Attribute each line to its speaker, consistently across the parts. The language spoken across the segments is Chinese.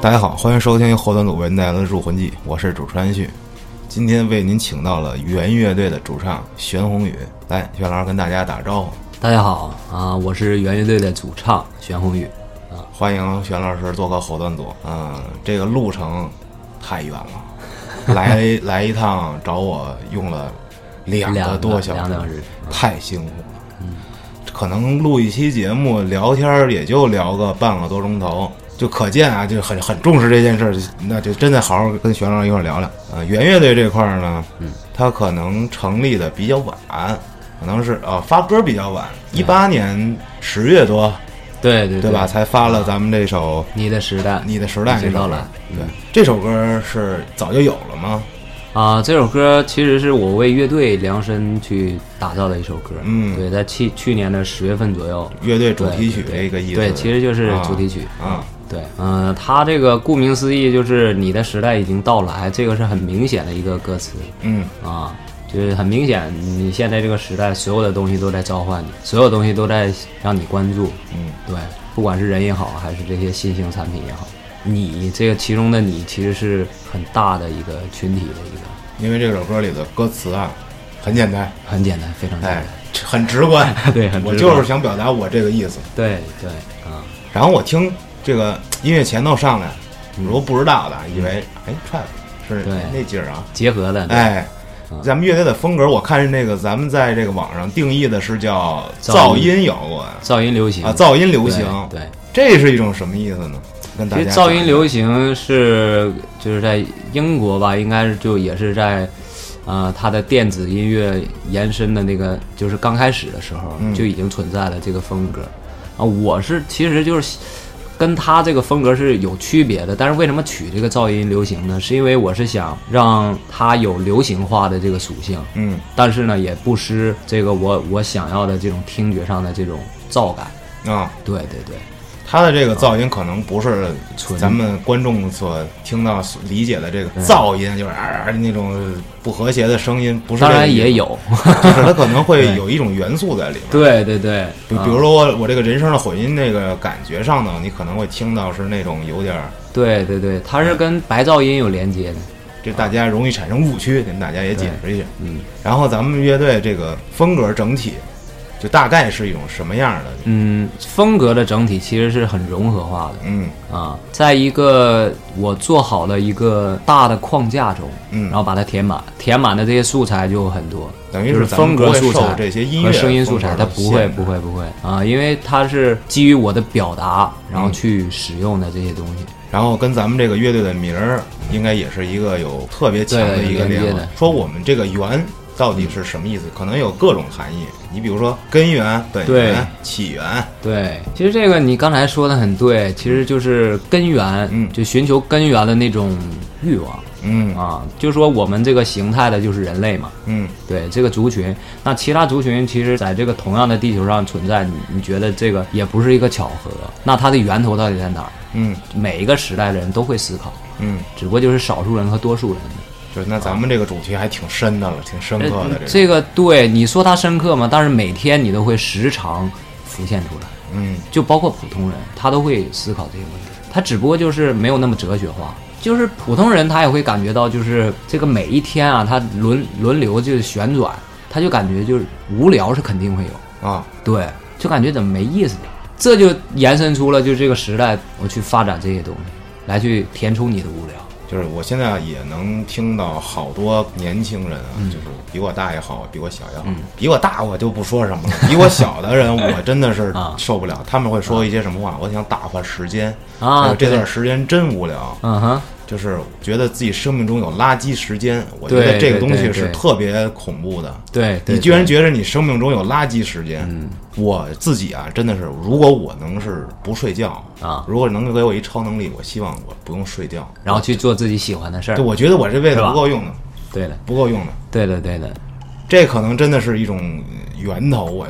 Speaker 1: 大家好，欢迎收听由后端组为您带来的《入魂记》，我是主持人旭。今天为您请到了原乐队的主唱玄宏宇，来，玄老师跟大家打招呼，
Speaker 2: 大家好啊，我是原乐队的主唱玄宏宇。
Speaker 1: 欢迎玄老师做客后端组。嗯，这个路程太远了，来来一趟找我用了两个多小时，
Speaker 2: 两个两个小时
Speaker 1: 太辛苦了。可能录一期节目聊天儿也就聊个半个多钟头，就可见啊，就很很重视这件事儿，那就真得好好跟玄老师一块儿聊聊。呃，圆乐队这块儿呢，嗯，它可能成立的比较晚，可能是啊、发歌比较晚，一八年十月多，
Speaker 2: 对对
Speaker 1: 对吧？？才发了咱们这首
Speaker 2: 你的时代，
Speaker 1: 《你的时代》这
Speaker 2: 知
Speaker 1: 首
Speaker 2: 道
Speaker 1: 歌
Speaker 2: 了。嗯
Speaker 1: 对，这首歌是早就有了吗？
Speaker 2: 啊，这首歌其实是我为乐队量身去打造的一首歌。
Speaker 1: 嗯
Speaker 2: 对，在去去年的十月份左右，
Speaker 1: 乐队主题曲
Speaker 2: 对对
Speaker 1: 这个意思，
Speaker 2: 对，其实就是主题曲。
Speaker 1: 啊，
Speaker 2: 对，嗯、它这个顾名思义就是你的时代已经到来，这个是很明显的一个歌词
Speaker 1: 嗯
Speaker 2: 啊，就是很明显，你现在这个时代所有的东西都在召唤你，所有东西都在让你关注。
Speaker 1: 嗯
Speaker 2: 对，不管是人也好，还是这些新型产品也好，你这个其中的你其实是很大的一个群体的一个，
Speaker 1: 因为这首歌里的歌词啊很简单，
Speaker 2: 很简单，非常简
Speaker 1: 哎
Speaker 2: 单。，，
Speaker 1: 很直观
Speaker 2: 对很
Speaker 1: 哎
Speaker 2: 直观
Speaker 1: 我就是想表达我这个意思。
Speaker 2: 对对啊，
Speaker 1: 然后我听这个音乐前奏上来，如果不知道的，以为哎 trap 是
Speaker 2: 嗯对
Speaker 1: 那劲儿啊，
Speaker 2: 结合的，
Speaker 1: 哎
Speaker 2: 嗯。
Speaker 1: 咱们乐队的风格，我看那个咱们在这个网上定义的是叫
Speaker 2: 噪
Speaker 1: 噪
Speaker 2: 音
Speaker 1: 音摇滚
Speaker 2: 噪音流行
Speaker 1: 啊，噪音流行，
Speaker 2: 对。对
Speaker 1: 这是一种什么意思呢？跟大
Speaker 2: 其
Speaker 1: 家
Speaker 2: 实
Speaker 1: 讲
Speaker 2: 噪音流行是就是在英国吧，应该是就也是在，呃，它的电子音乐延伸的那个，就是刚开始的时候
Speaker 1: 嗯
Speaker 2: 就已经存在了这个风格。啊，我是其实就是跟它这个风格是有区别的，但是为什么取这个噪音流行呢？是因为我是想让它有流行化的这个属性，
Speaker 1: 嗯
Speaker 2: 但是呢也不失这个我我想要的这种听觉上的这种燥感。
Speaker 1: 啊，
Speaker 2: 对对对，
Speaker 1: 它的这个噪音可能不是
Speaker 2: 纯
Speaker 1: 咱们观众所听到、所理解的这个噪音，就是啊那种不和谐的声音，不是这
Speaker 2: 当
Speaker 1: 个
Speaker 2: 然
Speaker 1: 意思
Speaker 2: 也，有。
Speaker 1: 就是它可能会有一种元素在里面。
Speaker 2: 对对 对，啊
Speaker 1: 比比如说我我这个人声的混音那个感觉上呢，你可能会听到是那种有点儿，
Speaker 2: 对对对，它是跟白噪音有连接的。
Speaker 1: 这大家容易产生误区，跟大家也解释一下。
Speaker 2: 嗯
Speaker 1: 然后咱们乐队这个风格整体，就大概是一种什么样的？
Speaker 2: 嗯，风格的整体其实是很融合化的
Speaker 1: 嗯
Speaker 2: 啊，在一个我做好了一个大的框架中，
Speaker 1: 嗯
Speaker 2: 然后把它填满，填满的这些素材就有很多，
Speaker 1: 等于
Speaker 2: 就是是
Speaker 1: 咱们
Speaker 2: 风
Speaker 1: 不
Speaker 2: 格
Speaker 1: 会
Speaker 2: 素
Speaker 1: 受
Speaker 2: 材
Speaker 1: 这些音乐
Speaker 2: 和声音素
Speaker 1: 风
Speaker 2: 材，
Speaker 1: 格
Speaker 2: 它
Speaker 1: 的
Speaker 2: 不会
Speaker 1: 限制
Speaker 2: 不会不会啊，因为它是基于我的表达，然
Speaker 1: 嗯
Speaker 2: 后去使用的这些东西。
Speaker 1: 然后跟咱们这个乐队的名儿，应该也是一个有特别强的
Speaker 2: 对
Speaker 1: 一个联
Speaker 2: 连接
Speaker 1: 系
Speaker 2: 的。
Speaker 1: 说我们这个“源”到底是什么意思？可能有各种含义。你比如说根源、本
Speaker 2: 对
Speaker 1: 源、起源，
Speaker 2: 对，其实这个你刚才说的很对，其实就是根源，
Speaker 1: 嗯
Speaker 2: 就寻求根源的那种欲望。
Speaker 1: 嗯
Speaker 2: 啊，就说我们这个形态的就是人类嘛，
Speaker 1: 嗯
Speaker 2: 对这个族群，那其他族群其实在这个同样的地球上存在，你你觉得这个也不是一个巧合，那它的源头到底在哪儿？
Speaker 1: 嗯
Speaker 2: 每一个时代的人都会思考，
Speaker 1: 嗯，
Speaker 2: 只不过就是少数人和多数人。
Speaker 1: 就是那咱们这个主题还挺深的了，挺深刻的
Speaker 2: 呃
Speaker 1: 这个。
Speaker 2: 这个对你说它深刻吗？但是每天你都会时常浮现出来，
Speaker 1: 嗯
Speaker 2: 就包括普通人，他都会思考这些问题，他只不过就是没有那么哲学化。就是普通人他也会感觉到，就是这个每一天啊，他轮轮流就是旋转，他就感觉就是无聊是肯定会有，
Speaker 1: 啊，
Speaker 2: 对，就感觉怎么没意思。这就延伸出了就这个时代，我去发展这些东西，来去填充你的无聊。
Speaker 1: 就是我现在也能听到好多年轻人啊，
Speaker 2: 嗯
Speaker 1: 就是比我大也好，比我小也好，比我大我就不说什么了， 比我小的人我真的是
Speaker 2: 啊
Speaker 1: 受不了，他们会说一些什么话，我想打发时间
Speaker 2: 啊
Speaker 1: 还有这
Speaker 2: 对
Speaker 1: 段时间真无聊，
Speaker 2: 嗯哼，
Speaker 1: 就是觉得自己生命中有垃圾时间，我觉得
Speaker 2: 对
Speaker 1: 这个东西
Speaker 2: 对
Speaker 1: 是
Speaker 2: 对
Speaker 1: 特别恐怖的。
Speaker 2: 对，对嗯
Speaker 1: 你居然觉得你生命中有垃圾时间，我自己啊，真的是，如果我能是不睡觉
Speaker 2: 啊
Speaker 1: 如果能给我一超能力，我希望我不用睡觉。
Speaker 2: 然后去做自己喜欢的事儿
Speaker 1: 对，。我觉得我这辈子
Speaker 2: 是吧
Speaker 1: 不够用的，
Speaker 2: 对的，
Speaker 1: 不够用的。
Speaker 2: 对的，对的，
Speaker 1: 这可能真的是一种源头，我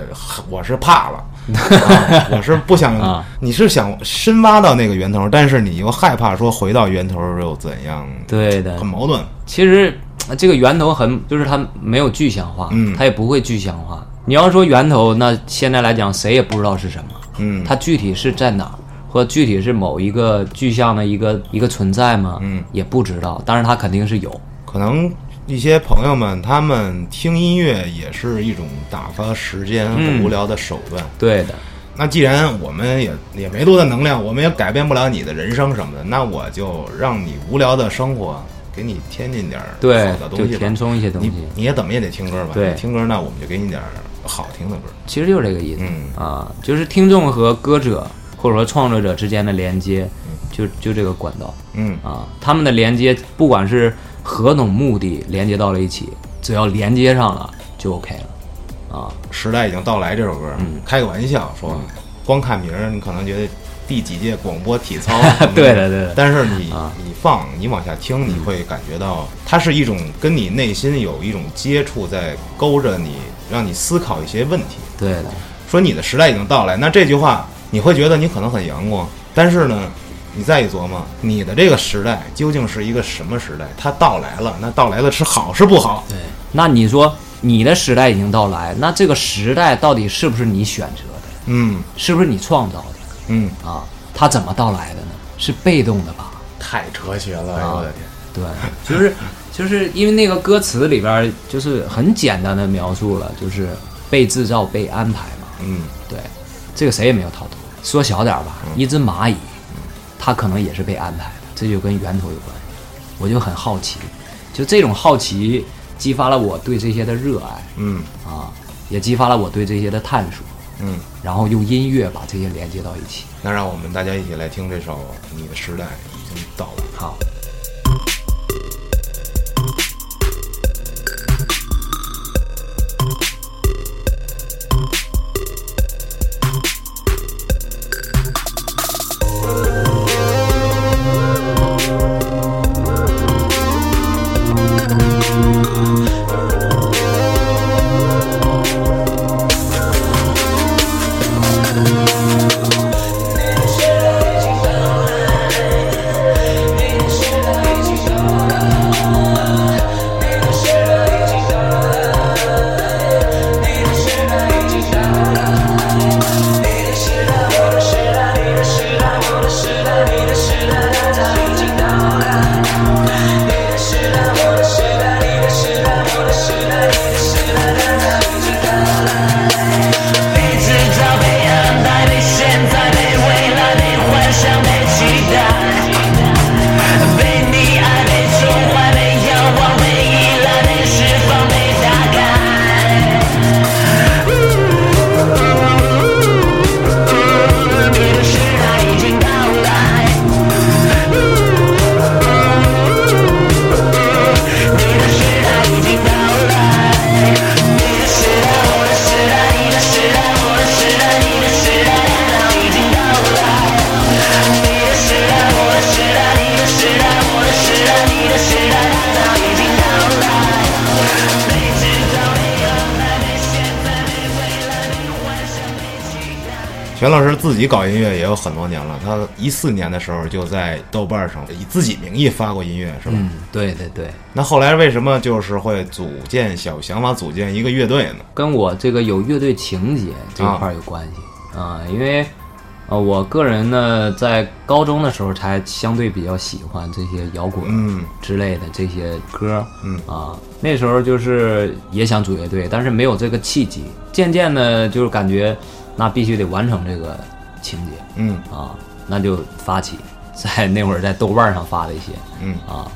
Speaker 1: 我是怕 了，啊我是不想，
Speaker 2: 啊
Speaker 1: 你是想深挖到那个源头，但是你又害怕说回到源头又怎样，
Speaker 2: 对的
Speaker 1: 很。矛盾。
Speaker 2: 其实呃这个源头很，就是它没有具象化，
Speaker 1: 嗯
Speaker 2: 它也不会具象化。你要说源头，那现在来讲，谁也不知道是什么，
Speaker 1: 嗯
Speaker 2: 它具体是在哪儿，或具体是某一个具象的一个一个存在吗？
Speaker 1: 嗯，
Speaker 2: 也不知道，但是它肯定是有。
Speaker 1: 可能一些朋友们他们听音乐也是一种打发时间
Speaker 2: 嗯
Speaker 1: 和无聊的手段。
Speaker 2: 对的，
Speaker 1: 那既然我们也也没多大能量，我们也改变不了你的人生什么的，那我就让你无聊的生活给你添进点儿
Speaker 2: 对
Speaker 1: 好的，
Speaker 2: 就
Speaker 1: 东西吧
Speaker 2: 填。充一些东西
Speaker 1: 你，你也怎么也得听歌吧？
Speaker 2: 对
Speaker 1: 你听歌那我们就给你点儿好听的歌。
Speaker 2: 其实就是这个意思、
Speaker 1: 嗯
Speaker 2: 啊，就是听众和歌者或者说创作者之间的连接，就就这个管道。
Speaker 1: 嗯，
Speaker 2: 啊，他们的连接不管是何种目的连接到了一起，只要连接上了就 OK 了啊。
Speaker 1: 时代已经到来这首歌，
Speaker 2: 嗯
Speaker 1: 开个玩笑说，光看名儿你可能觉得第几届广播体操什么
Speaker 2: 对的对的
Speaker 1: 但是你、
Speaker 2: 啊嗯
Speaker 1: 你放你往下听，你会感觉到它是一种跟你内心有一种接触，在勾着你，让你思考一些问题。
Speaker 2: 对的，
Speaker 1: 说你的时代已经到来，那这句话你会觉得你可能很阳光，但是呢，你再一琢磨，你的这个时代究竟是一个什么时代？它到来了，那到来了是好是不好？
Speaker 2: 对。那你说你的时代已经到来，那这个时代到底是不是你选择的？
Speaker 1: 嗯
Speaker 2: 是不是你创造的
Speaker 1: 嗯，
Speaker 2: 啊？它怎么到来的呢？是被动的吧？
Speaker 1: 太哲学了，
Speaker 2: 啊
Speaker 1: 我的天！
Speaker 2: 对， 就是就是因为那个歌词里边儿就是很简单的描述了，就是被制造、被安排嘛。
Speaker 1: 嗯
Speaker 2: 对，这个谁也没有逃脱。说小点儿吧，一只蚂蚁，它可能也是被安排的，这就跟源头有关系。我就很好奇，就这种好奇激发了我对这些的热爱
Speaker 1: 嗯
Speaker 2: 啊，也激发了我对这些的探索，
Speaker 1: 嗯，
Speaker 2: 然后用音乐把这些连接到一起。
Speaker 1: 那让我们大家一起来听这首《你的时代已经到来》。
Speaker 2: 好，
Speaker 3: 被制造、被安排、被现在、被未来、被幻想、被期待，被溺爱、被宠坏、被仰望、被依赖、被释放、被打开。你的时代已经到来，你的时代已经到来。你的时代，我的时代，你的时代，我的时代，你的时代难道已经到来？你的时代，我的时代，你的时代，我的时代，你的时代难道已经到来？被制造、被安排、被现在、被未来、被幻想、被期待。
Speaker 1: 全老师自己搞音乐也有很多年了，他一四年的时候就在豆瓣上以自己名义发过音乐，是吧？
Speaker 2: 嗯，对对对，
Speaker 1: 那后来为什么就是会组建小想法组建一个乐队呢？
Speaker 2: 跟我这个有乐队情节这一块儿有关系啊、因为呃，我个人呢在高中的时候才相对比较喜欢这些摇滚，啊
Speaker 1: 嗯
Speaker 2: 之类的这些歌，
Speaker 1: 嗯
Speaker 2: 啊，那时候就是也想组乐队，但是没有这个契机。渐渐的，就是感觉那必须得完成这个情节
Speaker 1: 嗯
Speaker 2: 啊，那就发起 在那会儿在豆瓣上发了一些
Speaker 1: 嗯
Speaker 2: 啊，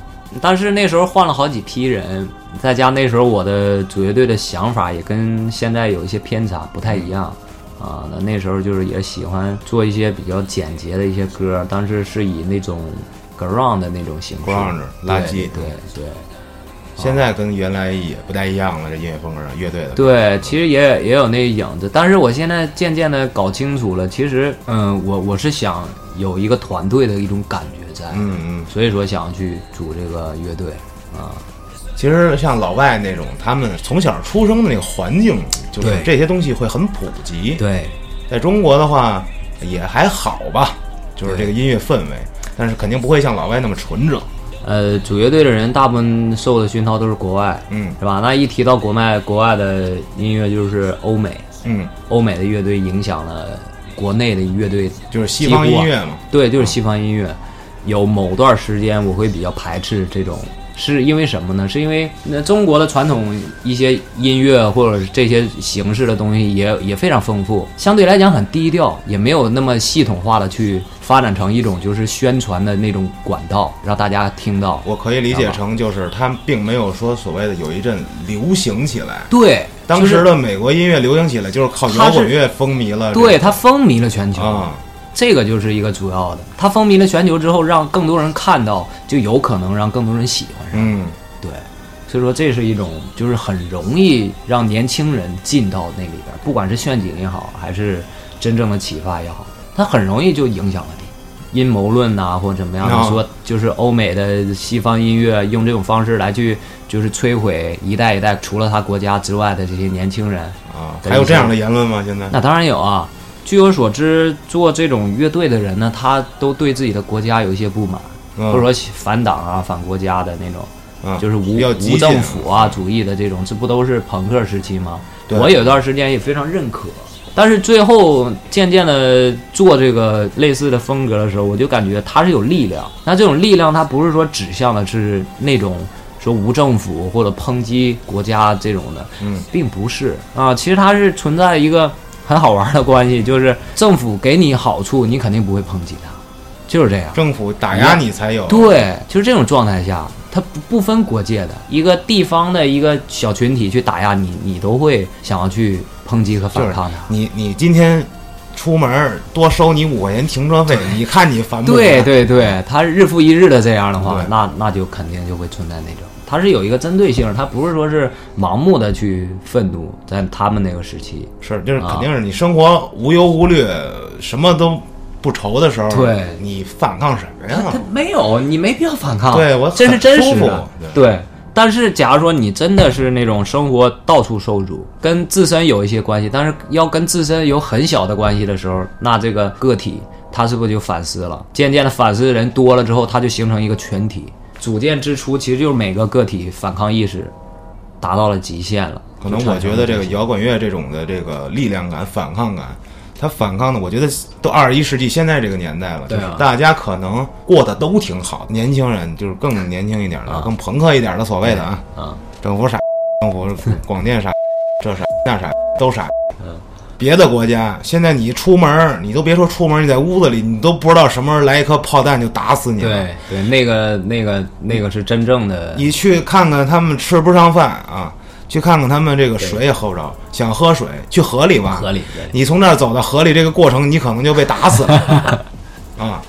Speaker 2: 但是那时候换了好几批人，再加那时候我的组乐队的想法也跟现在有一些偏差，不太一样。啊，那那时候就是也喜欢做一些比较简洁的一些歌，但是是以那种 ground 的那种形式
Speaker 1: Grunge，垃圾
Speaker 2: 对啊对
Speaker 1: 现在跟原来也不太一样了，这音乐风格乐队的。
Speaker 2: 对对，其实也也有那影子，但是我现在渐渐的搞清楚了，其实嗯，我我是想有一个团队的一种感觉在，
Speaker 1: 嗯嗯，
Speaker 2: 所以说想去组这个乐队啊，
Speaker 1: 其实像老外那种，他们从小出生的那个环境，就是
Speaker 2: 对
Speaker 1: 这些东西会很普及。
Speaker 2: 对
Speaker 1: 在中国的话也还好吧，就是这
Speaker 2: 对
Speaker 1: 个音乐氛围，但是肯定不会像老外那么纯正。
Speaker 2: 呃，组乐队的人大部分受的熏陶都是国外，
Speaker 1: 嗯
Speaker 2: 是吧？那一提到国外，国外的音乐就是欧美，
Speaker 1: 嗯
Speaker 2: 欧美的乐队影响了国内的乐队啊
Speaker 1: 就是西方音乐嘛，
Speaker 2: 对，就是西方音乐。有某段时间我会比较排斥这种，是因为什么呢？是因为那中国的传统一些音乐或者是这些形式的东西也也非常丰富，相对来讲很低调，也没有那么系统化的去发展成一种就是宣传的那种管道，让大家听到。
Speaker 1: 我可以理解成就是他并没有说所谓的有一阵流行起来。
Speaker 2: 对，
Speaker 1: 当时的美国音乐流行起来，就是靠摇滚乐风靡了。
Speaker 2: 对它风靡了全球。
Speaker 1: 啊，
Speaker 2: 这个就是一个主要的，它风靡了全球之后，让更多人看到，就有可能让更多人喜欢上。
Speaker 1: 嗯，
Speaker 2: 对，所以说这是一种就是很容易让年轻人进到那里边儿，不管是陷阱也好，还是真正的启发也好，它很容易就影响了你。阴谋论呐、或者怎么样，
Speaker 1: 啊
Speaker 2: 你说就是欧美的西方音乐用这种方式来去，就是摧毁一代一代除了他国家之外的这些年轻人，
Speaker 1: 啊，
Speaker 2: 等一下
Speaker 1: 还有这样的言论吗？现在
Speaker 2: 那当然有啊。据我所知，做这种乐队的人呢，他都对自己的国家有一些不满，
Speaker 1: 嗯
Speaker 2: 或者说反党啊、反国家的那种，
Speaker 1: 啊
Speaker 2: 就是无
Speaker 1: 比较激
Speaker 2: 无
Speaker 1: 进
Speaker 2: 政府啊主义的这种，这不都是朋克时期吗？
Speaker 1: 对
Speaker 2: 我有一段时间也非常认可，但是最后渐渐的做这个类似的风格的时候，我就感觉它是有力量。那这种力量，它不是说指向的是那种说无政府或者抨击国家这种的，
Speaker 1: 嗯，
Speaker 2: 并不是啊。其实它是存在一个很好玩的关系，就是政府给你好处，你肯定不会抨击它，就是这样。
Speaker 1: 政府打压你才有。
Speaker 2: 对，就是这种状态下，它不不分国界的，一个地方的一个小群体去打压你，你都会想要去抨击和
Speaker 1: 就
Speaker 2: 反
Speaker 1: 是
Speaker 2: 抗它。
Speaker 1: 你你今天出门儿多收你五块钱停车费，你看你烦不？
Speaker 2: 对，对对，它日复一日的这样的话
Speaker 1: 对，
Speaker 2: 那那就肯定就会存在那种，它是有一个针对性，它不是说是盲目的去愤怒，在他们那个时期，
Speaker 1: 是就是肯
Speaker 2: 啊
Speaker 1: 定是你生活无忧无虑，什么都不愁的时候，
Speaker 2: 对
Speaker 1: 你反抗什么呀
Speaker 2: 他？没有，你没必要反抗。
Speaker 1: 啊对我
Speaker 2: 这是
Speaker 1: 很
Speaker 2: 真
Speaker 1: 舒
Speaker 2: 实
Speaker 1: 服
Speaker 2: 的，对。但是，假如说你真的是那种生活到处受阻，跟自身有一些关系，但是要跟自身有很小的关系的时候，那这个个体他是不是就反思了？渐渐的反思的人多了之后，他就形成一个群体。组建之初，其实就是每个个体反抗意识达到了极限了。
Speaker 1: 可能
Speaker 2: 就
Speaker 1: 我
Speaker 2: 产生
Speaker 1: 觉
Speaker 2: 了
Speaker 1: 得这个
Speaker 2: 种
Speaker 1: 摇滚乐这种的这个力量感、反抗感，它反抗的，我觉得都二十一世纪现在这个年代了，
Speaker 2: 对啊
Speaker 1: 就是大家可能过得都挺好，年轻人就是更年轻一点的、
Speaker 2: 啊
Speaker 1: 更朋克一点的所谓的啊，
Speaker 2: 啊，
Speaker 1: 政府傻，政府广电傻，这傻那傻都傻。
Speaker 2: 嗯
Speaker 1: 别的国家现在你出门儿，你都别说出门儿，你在屋子里，你都不知道什么时候来一颗炮弹就打死你了。
Speaker 2: 对对，那个那个那个是真正的
Speaker 1: 你去看看他们吃不上饭啊，去看看他们这个水也喝不着，想喝水去河里吧。
Speaker 2: 合理的，
Speaker 1: 你从那儿走到河里这个过程，你可能就被打死了啊！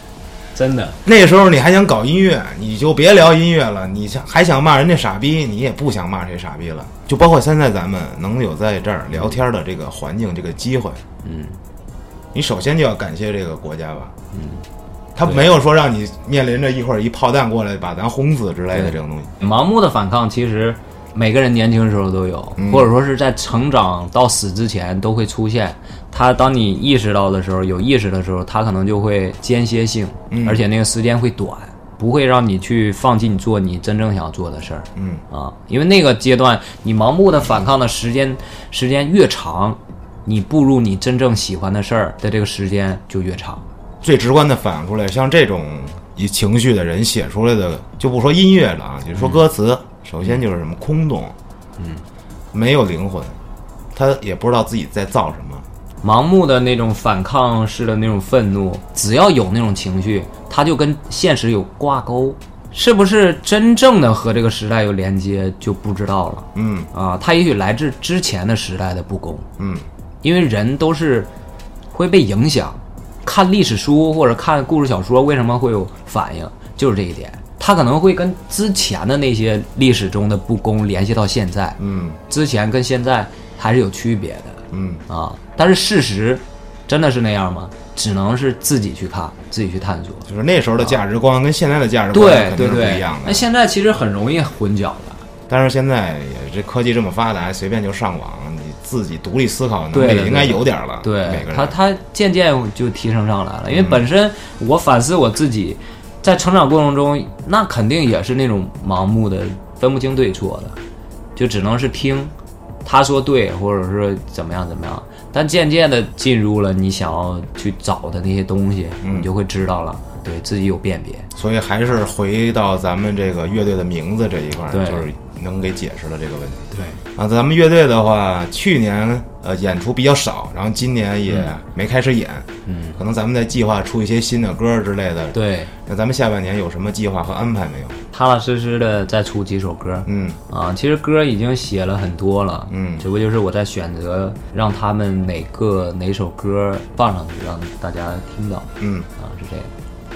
Speaker 2: 真的。
Speaker 1: 那时候你还想搞音乐，你就别聊音乐了，你想还想骂人家傻逼，你也不想骂谁傻逼了。就包括现在咱们能有在这儿聊天的这个环境、这个机会，
Speaker 2: 嗯，
Speaker 1: 你首先就要感谢这个国家吧，嗯，他没有说让你面临着一会儿一炮弹过来把咱轰死之类的
Speaker 2: 对
Speaker 1: 这种东西，
Speaker 2: 盲目的反抗，其实每个人年轻的时候都有，或者说是在成长到死之前都会出现。他当你意识到的时候，有意识的时候，他可能就会间歇性，而且那个时间会短，不会让你去放弃你做你真正想做的事儿。
Speaker 1: 嗯
Speaker 2: 啊，因为那个阶段你盲目的反抗的时间时间越长，你步入你真正喜欢的事儿的这个时间就越长。
Speaker 1: 最直观的反映出来，像这种以情绪的人写出来的，就不说音乐了啊，就说
Speaker 2: 嗯
Speaker 1: 歌词，首先就是什么空洞，嗯，没有灵魂，他也不知道自己在造什么，
Speaker 2: 盲目的那种反抗式的那种愤怒，只要有那种情绪，它就跟现实有挂钩，是不是真正的和这个时代有连接就不知道了
Speaker 1: 嗯
Speaker 2: 啊？它也许来自之前的时代的不公，
Speaker 1: 嗯，
Speaker 2: 因为人都是会被影响。看历史书或者看故事小说，为什么会有反应？就是这一点，它可能会跟之前的那些历史中的不公联系到现在，
Speaker 1: 嗯
Speaker 2: 之前跟现在还是有区别的。
Speaker 1: 嗯，
Speaker 2: 啊。但是事实真的是那样吗？只能是自己去看，自己去探索。
Speaker 1: 就是那时候的价值观跟现在的价值观
Speaker 2: 对
Speaker 1: 肯定
Speaker 2: 对
Speaker 1: 是不
Speaker 2: 对
Speaker 1: 一样，
Speaker 2: 那
Speaker 1: 的，
Speaker 2: 现在其实很容易混淆的。
Speaker 1: 但是现在也这科技这么发达，随便就上网，你自己独立思考能
Speaker 2: 对的
Speaker 1: 力
Speaker 2: 对
Speaker 1: 应该
Speaker 2: 的
Speaker 1: 有点儿了，啊每
Speaker 2: 对
Speaker 1: 个人嗯
Speaker 2: 他，他渐渐就提升上来了。因为本身我反思我自己，在成长过程中，那肯定也是那种盲目的、分不清对错的，就只能是听他说对，或者是怎么样怎么样。但渐渐的进入了你想要去找的那些东西，
Speaker 1: 嗯
Speaker 2: 你就会知道了，对自己有辨别。
Speaker 1: 所以还是回到咱们这个乐队的名字这一块儿，
Speaker 2: 对
Speaker 1: 就是能给解释了这个问题。
Speaker 2: 对，
Speaker 1: 啊，咱们乐队的话，去年呃演出比较少，然后今年也没开始演，嗯，可能咱们在计划出一些新的歌之类的。，
Speaker 2: 对，
Speaker 1: 那咱们下半年有什么计划和安排没有？
Speaker 2: 踏踏实实的再出几首歌，
Speaker 1: 嗯
Speaker 2: 啊，其实歌已经写了很多了，
Speaker 1: 嗯
Speaker 2: 只不过就是我在选择让他们哪个哪首歌放上去，让大家听到，
Speaker 1: 嗯，
Speaker 2: 啊，是这样。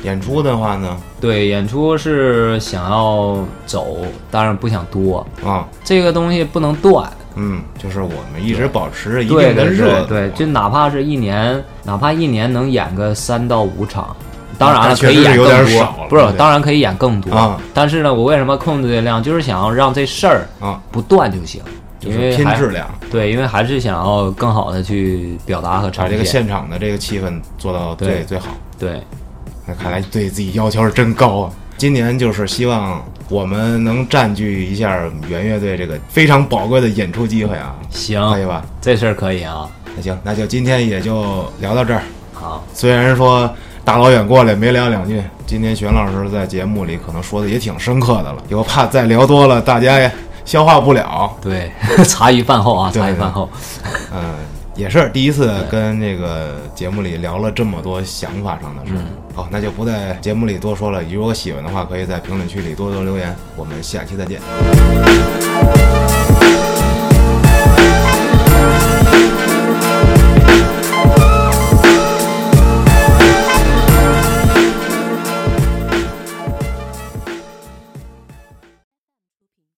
Speaker 1: 演出的话呢，
Speaker 2: 对，演出是想要走，当然不想多，
Speaker 1: 啊，
Speaker 2: 这个东西不能断，
Speaker 1: 嗯，就是我们一直保持着一定
Speaker 2: 对
Speaker 1: 的
Speaker 2: 对
Speaker 1: 热
Speaker 2: 对
Speaker 1: 度，
Speaker 2: 对，就哪怕是一年，哪怕一年能演个三到五场，当然
Speaker 1: 那
Speaker 2: 了，
Speaker 1: 确
Speaker 2: 可
Speaker 1: 实
Speaker 2: 以演
Speaker 1: 有点
Speaker 2: 更多，
Speaker 1: 少了
Speaker 2: 不是，
Speaker 1: 对
Speaker 2: 当然可以演更多。
Speaker 1: 啊
Speaker 2: 但是呢，我为什么控制这量，就是想要让这事儿
Speaker 1: 啊，
Speaker 2: 不断就行，
Speaker 1: 就是
Speaker 2: 因为
Speaker 1: 拼
Speaker 2: 还
Speaker 1: 质量，
Speaker 2: 对，因为还是想要更好的去表达和
Speaker 1: 把
Speaker 2: 呈
Speaker 1: 这
Speaker 2: 现。
Speaker 1: 个现场的这个气氛做到最
Speaker 2: 对
Speaker 1: 最好。
Speaker 2: 对
Speaker 1: 那看来对自己要求是真高啊！今年就是希望我们能占据一下圆乐队这个非常宝贵的演出机会啊，
Speaker 2: 行，
Speaker 1: 可以吧？
Speaker 2: 这事儿可以啊。
Speaker 1: 那行，那就今天也就聊到这儿。
Speaker 2: 好，
Speaker 1: 虽然说大老远过来没聊两句，今天玄老师在节目里可能说的也挺深刻的了，我怕再聊多了大家也消化不了。
Speaker 2: 对， 茶余饭后啊，
Speaker 1: 对
Speaker 2: 茶余饭后，
Speaker 1: 嗯、也是第一次跟这个节目里聊了这么多想法上的事儿。好，那就不在节目里多说了。如果喜欢的话，可以在评论区里多多留言。我们下期再见。
Speaker 3: Thank